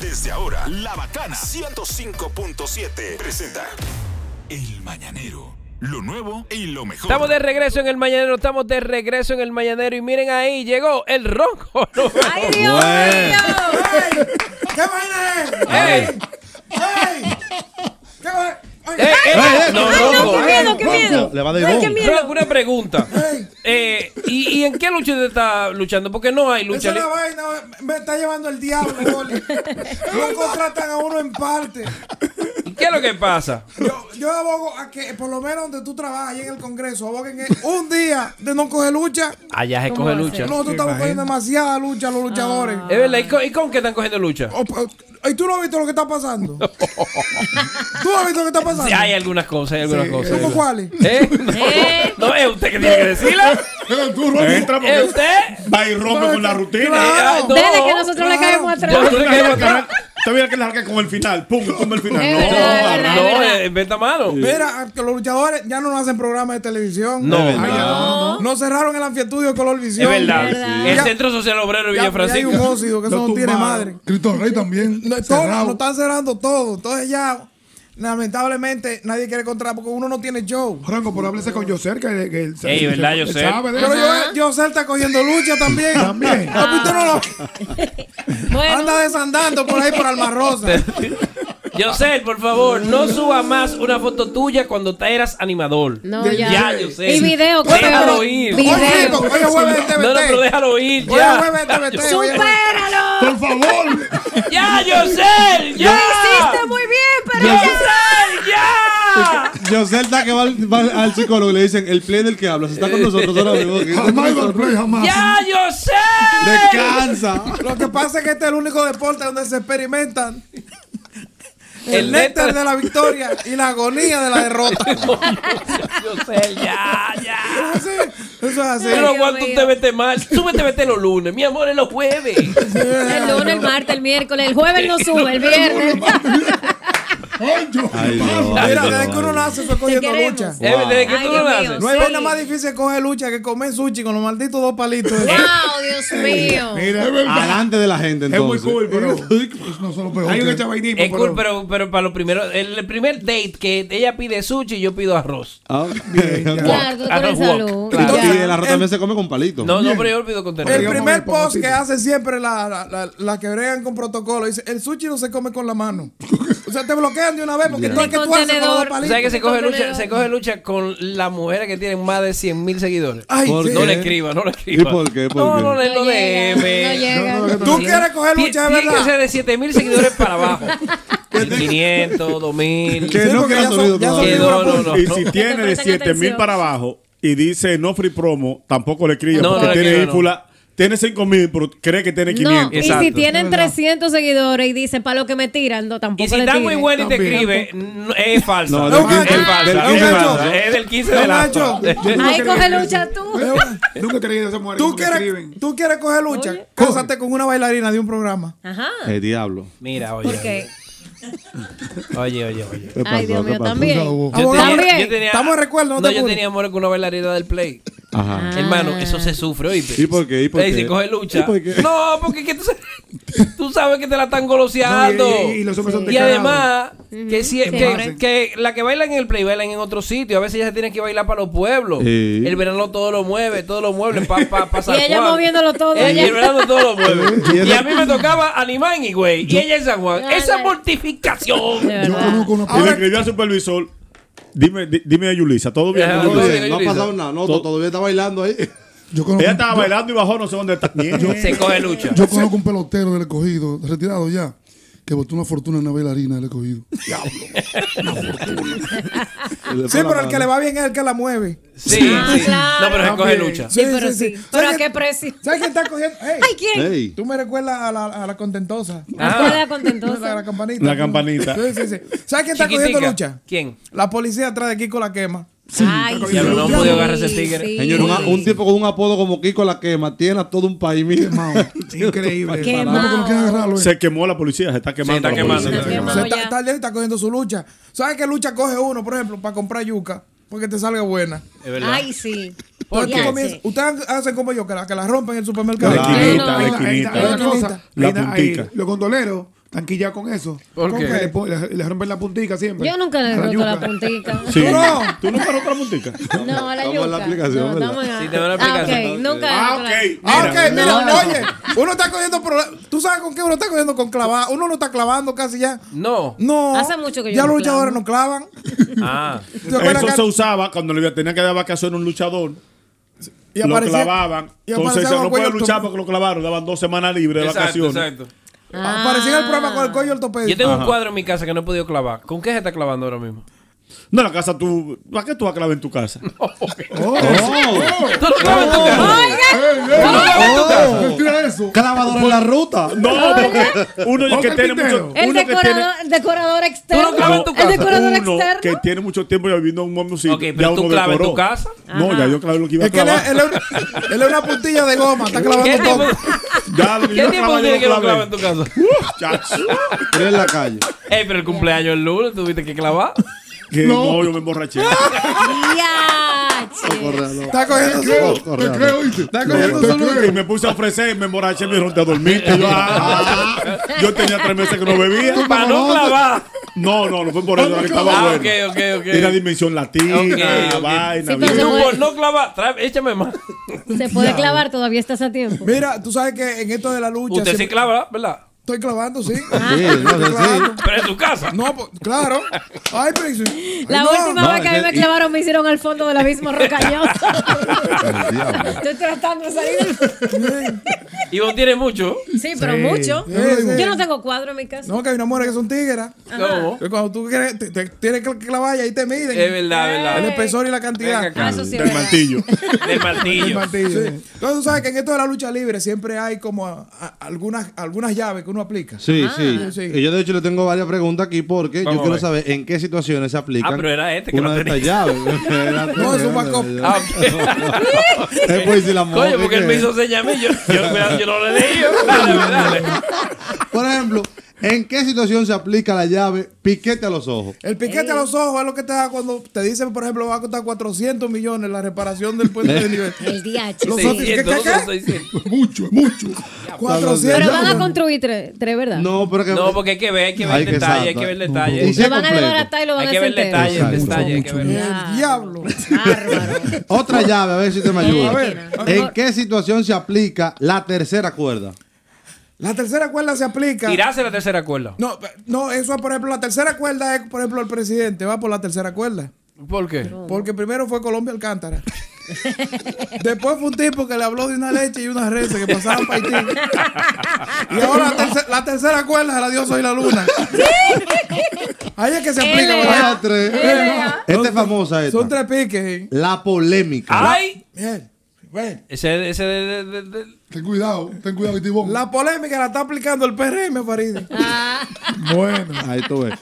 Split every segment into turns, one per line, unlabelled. Desde ahora, La Bacana 105.7 presenta El Mañanero. Lo nuevo y lo mejor.
Estamos de regreso en el mañanero, estamos de regreso en el mañanero y miren ahí, llegó el ronco.
¡Ay, Dios mío!
¿Qué vaina
¡Ey!
¡Ey! ¿Qué vaina
¡Ey! ¡Ey! No,
¡Ay, no!
Ronco.
¡Qué miedo, qué
Ronco,
miedo!
le va
¡Ay,
de
qué
gol.
Ronco,
miedo!
una pregunta. Eh, ¿y, y en qué lucha usted está luchando? Porque no hay
Esa
lucha.
es la
libre.
vaina, me está llevando el diablo, Goli. No contratan a uno en parte.
¿Y ¿Qué es lo que pasa?
Yo, yo abogo a que, por lo menos donde tú trabajas, ahí en el Congreso, aboguen en un día de no coger lucha.
Allá se coge lucha.
No, tú estás cogiendo demasiada lucha a los luchadores.
Es verdad, ¿y con, y con qué están cogiendo lucha?
O- o- ¿Y tú no has visto lo que está pasando? ¿Tú has visto lo que está pasando?
Sí, hay algunas cosas, hay algunas cosas.
¿Cómo cuáles?
¿Eh? No, no, es usted que tiene que decirla.
Pero tú, Ronco,
¿Eh?
entra porque
¿Es usted?
va y rompe con la rutina.
Ay, no.
Desde que nosotros le
claro.
caemos atrás.
Yo-
Tú le quieres arrancar- Te voy a que le arranque con el final. Pum, con el final.
Es
No,
verdad, es verdad,
arranca.
es verdad.
No, eh, inventa mano.
Mira, a- que los luchadores ya no hacen programas de televisión.
No.
Ay, ya no. No cerraron el anfiestudio Color
Es
Visión.
verdad.
verdad.
El
Ya-
Centro Social Obrero de Villa
Ya, ya hay
Francisco.
un óxido que eso
Lo
no tiene
tumbaron.
madre.
Cristo Rey también.
No, todo,
cerrado.
lo están cerrando todo. Entonces ya, lamentablemente, nadie quiere contratar porque uno no tiene show.
Franco, pero háblese con Yoser, que, que él
Ey, ¿verdad,
él
Yoser?
sabe de
Pero
eso.
yo, yo sé, él está cogiendo lucha también.
También.
Ah, pues usted no lo-
Bueno,
anda desandando por ahí por Almarrosa.
Yosel, por favor, no suba más una foto tuya cuando te eras animador.
no, ya.
Ya, Yosel.
Y video, qué
Déjalo
peor.
ir.
Vi-
Oye,
Video.
chico, oye, jueves de TVT.
No, no, pero déjalo ir.
Oye,
Ya,
jueves de TVT. oye.
¡Supéralo!
Por favor.
ya Yosel,
¡Lo
ya.
hiciste muy bien, pero ya!
Yosel, ya.
José está que va, al- va al psicólogo y le dicen, el play del que hablas está con nosotros ahora mismo. que está con
Jamás va al
nosotros".
play, jamás.
Ya, Yosel.
Descansa.
Lo que pasa es que este es el único deporte donde se experimentan el
El néctar
néctar de la victoria y la agonía de la derrota.
Yosel, ya, ya.
Así, eso es así.
Yo no
Dios
aguanto un
mío.
TVT más. Sube TVT los lunes, mi amor, es los jueves.
El lunes, el martes, el miércoles, el jueves no sube, el viernes.
Ay,
Ay, yo.
Dios, ay,
Mira,
Dios,
desde que uno
ay,
nace fue cogiendo
queremos.
lucha.
Eh, ¿Desde que
Ay,
tú
Dios
lo
mío.
haces?
No hay
Sí.
vaina más difícil que coger lucha que comer sushi con los malditos dos palitos.
¡Wow, Dios mío!
Mira, es
Dios.
verdad.
Adelante de la gente,
Es muy
entonces.
cool, pero.
Pues no solo peor.
Hay un
que-
chavainismo.
Es cool,
pero-
pero, pero para lo primero, el primer date que ella pide sushi y yo pido arroz.
Ah, ok.
Claro, tú
Arroz
eres
wok,
salud.
claro.
Ya.
Y el arroz también se come con palito.
No, no, pero yo lo pido con tenedor.
El
Digamos
primer
el pomotito.
post que hace siempre la, la, la- la que bregan con protocolo dice: el sushi no se come con la mano. O sea, te bloquean de una vez porque todo el que tú haces con los dos
Contenedor.
O sea que
palitos.
se coge lucha, se coge lucha con las mujeres que tienen más de 100 mil seguidores.
Ay,
¿Por
sí.
No
qué?
le escriba, no le escriba.
¿Y por qué? ¿Por
no,
qué?
no le no
No llega, no
DM.
llega.
Tú quieres coger
Ti-
lucha de
Tiene que ser
verdad.
de 7 mil seguidores para abajo. 500, 2000.
Que
Sí,
no
porque
queda
ya son-
sonido
ya son
Que
todavía.
no,
figuras
no, no.
Y si tiene de
presten
7 mil
atención.
para abajo y dice no free promo, tampoco le cría
No,
porque
no le
tiene
escriba, no.
ínfula. Tiene 5 mil, pero cree que tiene
No,
500.
y si
Exacto.
tienen 300 seguidores y dicen para lo que me tiran, no, tampoco
Y si
le
está
tiran.
muy buena y te
También.
escribe, no, es falsa.
No,
del
es,
quince- del
falsa. Es,
quince de
falsa.
mayo.
Es del 15
Del
de la
mayo.
Ay,
Nunca
coge
creí en
lucha
eso.
tú.
Nunca creí en esa mujer.
¿Tú quieres, tú quieres coger lucha. Cásate con una bailarina de un programa.
Ajá.
El diablo.
Mira, oye.
¿Por qué?
Oye, oye, oye.
¿Qué
Ay,
pasó?
Dios
¿Qué
mío,
pasó?
también.
Yo
Abogado,
También.
yo tenía-
Estamos de recuerdo, no
No,
te
yo
apures.
tenía amor con una bailarina del play.
Ajá.
Ah. Hermano, eso se sufre, ¿oíste?
¿Y por qué? ¿Y por
Ey,
qué?
si coge lucha.
¿Y por qué?
No, porque es que tú, sabes, tú sabes que te la están goloseando.
No, y- y- y los hombres son
Y
descarados.
además, que, si, que,
Siempre.
que la que bailan en el play bailan en otro sitio. A veces ya se tienen que bailar para los pueblos.
Sí.
El verano todo lo mueve, todo lo mueve. Pa, pa, pa San
Y ella
Juan.
moviéndolo todo
Ey,
allá.
el verano todo lo mueve.
Y
y
esa-
a mí me tocaba animar en Higüey. Y ella en San Juan.
Dale.
Esa mortificación.
De
Yo
Ah.
verdad.
conozco una
Y le
Ahora-
escribió al supervisor, dime, di- dime a Yulisa, ¿todo bien?
Ajá.
Yulisa?
Todo
Todo
bien, No ha
bien,
pasado nada. No, to- todavía está bailando ahí.
Yo conozco,
Ella estaba bailando y bajó, no sé dónde está.
Se coge lucha.
yo conozco un pelotero del escogido, retirado ya, que botó una fortuna en una bailarina del escogido.
Sí, pero el que le va bien es el que la mueve.
Sí, sí.
Ah, claro.
No, pero se coge lucha.
Sí, pero sí. ¿Pero a qué precio?
¿Sabes quién está cogiendo? Hey,
Ay, ¿quién?
Ey.
tú me recuerdas a la, a la contentosa.
Ah.
¿Cuál era
La, la
contentosa?
campanita.
La campanita.
Sí, sí, sí. ¿Sabes quién está cogiendo
Chiquitica.
lucha?
¿Quién?
La policía atrás de Kiko la quema.
Ay,
Ya no, no
sí,
pude agarrar ese tigre.
sí.
Señor, un, un tipo con un apodo como Kiko la quema tiene a todo un país mismo.
Increíble.
Quemado.
No, porque no quieren agarrarlo. eh.
Se quemó la policía, se está quemando.
está
la
quemando,
policía.
está
quemando.
O sea, está,
ya.
está, él está cogiendo su lucha. ¿Sabes qué lucha coge uno, por ejemplo, para comprar yuca? Porque te salga buena.
Es verdad.
Ay, sí.
Porque
Ya
tú comienzas-
sé.
Ustedes hacen como yo, que la, que la rompen en el supermercado.
La
Claro.
esquinita,
No, no.
la
Ahí
Ahí está, ahí está
esquinita.
otra cosa.
La
Ahí está, ahí,
puntica.
Los gondoleros
Están quillados con eso.
¿Por
Con
qué?
que Le, pon- le- le rompen la puntica siempre.
Yo nunca le
A
roto la
yuca.
puntica.
Sí.
Tú no.
¿Tú nunca rotas la puntica?
No, a la
Estamos
yuca.
en la aplicación,
no,
¿verdad?
estamos en la-
Sí, tengo la
Ah, ok.
aplicación.
Nunca. he
Ah,
roto
ok.
la-
Ah,
Mira.
ok, mira,
No, no.
oye, uno está cogiendo problemas. ¿Tú sabes con qué uno está cogiendo? Con clavar. Uno no está clavando casi ya.
No.
No.
Hace mucho que yo
Ya
no
los
clavo.
luchadores no clavan.
Ah.
¿Te acuerdas
Eso
que-
se usaba cuando le tenía que dar vacaciones a un luchador.
y
lo
aparecía-
clavaban.
y
Entonces
aparecía con
no
el
podía
cuello
luchar
orto-
porque lo clavaron. Daban dos semanas libres de
Exacto,
vacaciones.
exacto.
Aparecía
Ah.
en el programa con el cuello ortopédico.
este
Yo tengo un cuadro en mi casa que no he podido clavar. ¿Con qué se está clavando ahora mismo?
No, la casa tú. ¿Para qué tú vas a clavar en tu casa?
¿Tú lo clavas en tu casa?
Él tira eso.
Clavador en la ruta.
No, porque uno ya que
el
tiene
tintero.
mucho.
El
uno que
decorador, el decorador externo.
Tú no clavas en tu
El
casa.
decorador
uno
externo.
que tiene mucho tiempo ya viviendo en un mismo sitio.
Ok, pero
ya
tú
uno
clavas en
decoró.
tu casa.
No, ya yo clavé lo que iba a
Es que él
clavar.
es, él es una, él es una puntilla de goma. Está
¿Qué
clavando
tiempo,
todo.
Ya lo que
¿qué tiempo
yo clavaba,
tiene que
yo
lo
lo
clava en tu
clavé.
casa?
Chacho.
Mira en la calle.
Ey, pero el cumpleaños el lunes tuviste que clavar.
Que
No.
no, yo me emborraché.
Yache.
Corralo.
Está cogiendo su.
Creo,
Correo.
te creo, ¿viste?
Está cogiendo
Te
su luz.
Y me puse a ofrecer, me emborraché, me dijeron, te dormiste. Yo, ah, ah. Yo tenía tres meses que no bebía.
Para no clavar.
No, no, no fue por eso, que estaba
Ah,
Pues bueno.
ok, ok, ok.
Era dimensión latina,
Ok, ok.
vaina,
Sí,
Y
bien.
tú por no clavar, trae- échame más.
Se puede clavar, todavía estás a tiempo.
Mira, tú sabes que en esto de la lucha.
Usted sí
siempre-
clava, ¿verdad?
Estoy clavando, sí.
Sí, no sé, sí.
Pero en tu casa.
No, pues, claro. Ay, pero. ay,
La
no.
última
No,
vez que a mí
es
me
que-
clavaron me hicieron al fondo del abismo rocañoso.
diablo.
Estoy tratando de salir del...
Y vos tienes mucho.
Sí, pero mucho.
sí.
Yo no tengo cuadro en mi casa.
No, que hay una mujer que son tigras.
¿Cómo?
Que cuando tú quieres, te, te- tienes que clavar y ahí te miden.
Es verdad,
El
verdad.
espesor y la cantidad.
Venga acá.
Ah, eso sí es
Del
verdad.
martillo.
Del martillo.
Sí. Entonces tú sabes que en esto de la lucha libre siempre hay como a- a- algunas, algunas llaves que uno aplica.
Sí,
Ah.
sí.
sí.
Y yo de hecho le tengo varias preguntas aquí porque
Vamos
yo
a
quiero
ver.
saber en qué situaciones se aplican.
Ah, pero era este que
una
no
de estas
tenía.
llaves. Era
No, es
tremendo,
un backup.
ya.
Ah, ok.
Es por si la
Coño,
moca
porque él
que-
me hizo señas a mí. Yo, yo, cuidado, yo no le leí. yo. Dale, dale.
Por ejemplo, ¿en qué situación se aplica la llave piquete a los ojos?
El
Eh.
piquete a los ojos es lo que te da cuando te dicen, por ejemplo, va a costar 400 millones la reparación del puente de nivel.
El DH.
Los
sí.
otros- ¿qué,
600,
qué, qué?
otros 600.
Mucho, es mucho.
Pero
400.
van a construir tres, tres, ¿verdad?
No, pero que
No, porque hay que ver, hay que ver
Hay que
detalles, hay
exacto.
que ver
Y
detalles.
sí,
Lo van a
completo.
desbaratar y lo van
Hay
a
que ver
hacer entero.
detalles,
Exacto,
detalles, hay que ver.
El diablo.
Bárbaro.
Otra llave, a ver si te me ayuda.
A ver, a ver.
¿En qué situación se aplica la tercera cuerda?
La tercera cuerda se aplica.
Tirarse la tercera cuerda.
No, no, eso es, por ejemplo, la tercera cuerda es, por ejemplo, el presidente va por la tercera cuerda.
¿Por qué?
Porque primero fue Colombia Alcántara. Después fue un tipo que le habló de una leche y una res que pasaban para Haití. Y ahora la, terce- la tercera cuerda se la dio Soy la Luna. Ahí es que se aplica.
L.A.
¿verdad?
Ah, tres. Esta es famosa esta.
Son tres piques. ¿eh?
La polémica.
¡Ay!
Bien, bien.
Ese, ese de, de- de- de-
Ten cuidado, ten cuidado, Vitibón.
La polémica la está aplicando el PRM, Farid.
Bueno.
Ahí tú ves.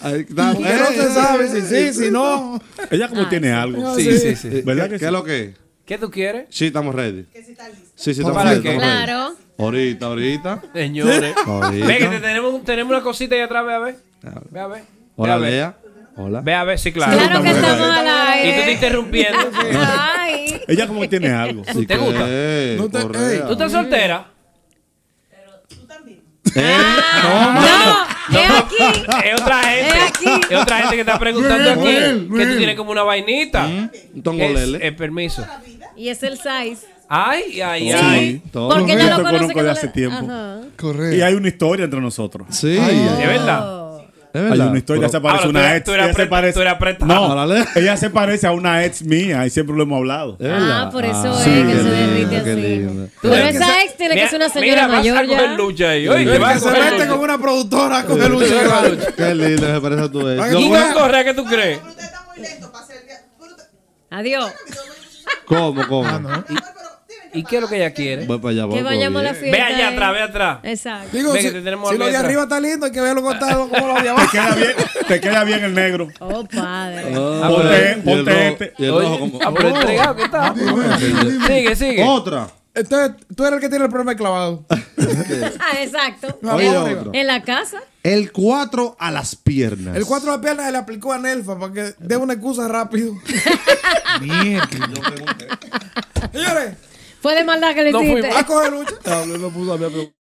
Ahí está.
Que no se sabe si sí, si no.
Ella como tiene algo.
Sí, sí, sí.
¿Verdad
¿Qué,
que
qué
sí?
es lo que es?
¿Qué tú quieres?
Sí, estamos ready. Sí, sí,
¿Para
estamos ready. estamos
qué?
ready.
Claro.
Ahorita, ahorita.
Señores.
Ahorita.
Ve que te tenemos, un- tenemos una cosita ahí atrás, ve a ver. Ve a ver. Ve a
Hola,
ver.
Lea. Hola.
Ve a ver, sí, claro.
Claro que estamos al
Y tú te
aire.
interrumpiendo.
Ay.
Ella como tiene algo.
Sí
¿Te
que-
gusta?
eh,
No te-
Correa.
ey.
¿Tú estás soltera?
No, es aquí.
Es otra
Es
gente.
aquí.
Es otra gente que está preguntando aquí.
Noel,
Que
Noel.
tú tienes como una vainita.
Un
Es,
tongolele.
es permiso.
Y es el size.
Ay, ay,
Sí.
ay.
Todos
Porque
los
ella lo
días te
conoce
conozco de
como
hace
la-
tiempo.
Ajá.
Y
Correcto.
hay una historia entre nosotros.
Sí.
¿De verdad?
Es
Hay
verdad.
una historia, se parece a
Ahora, tú
una
eras-
ex.
tú eras
Ella se
pre- tú
parece.
eras prestada.
No,
Órale.
ella se parece a una ex mía y siempre lo hemos hablado.
Es
Ah,
verdad.
por eso
Ah,
es
sí,
que
qué
se
lindo,
derrite
qué
así.
lindo.
Pero
Mira,
esa ex tiene que ser una señora
mira, vas a
mayor
coger
ya.
lucha ahí. Oye, vas
El que
a
se
coger
mete
lucha.
con una productora con el
Tú vas a coger
luchador.
lucha.
Qué lindo se parece a tu ex.
Ay,
Lo
¿Y
bueno-
con Correa qué tú crees?
Usted está muy lento para hacer. Pero usted-
Adiós.
¿Cómo, cómo?
pero tienen
¿Y qué es lo que ella quiere?
Voy para allá. voy
Que vayamos a la
bien.
fiesta.
Ve allá
eh.
atrás, ve atrás.
Exacto.
Digo,
Ven,
si,
que te tenemos
si lo de
letra.
arriba está lindo, hay que verlo contado como lo de
Te
abajo.
queda bien, te queda bien el negro.
Oh, padre.
Ah,
Ponte-
bueno. Y el
ponte
rojo-
este.
y el
Oye,
rojo como-
ah, pero entregado que está. Sigue,
Oh,
sigue.
Otra.
Entonces, tú eres el que tiene el problema de clavado.
Ah, exacto.
Oye,
En-
otro.
En la casa.
El 4 a las piernas.
El cuatro de piernas se le aplicó a Nelfa para que dé una excusa rápido. Señores,
Fue de maldad que le
No fui
hiciste.
va a coger lucha.
Ah, no, no puso a mí a preguntar.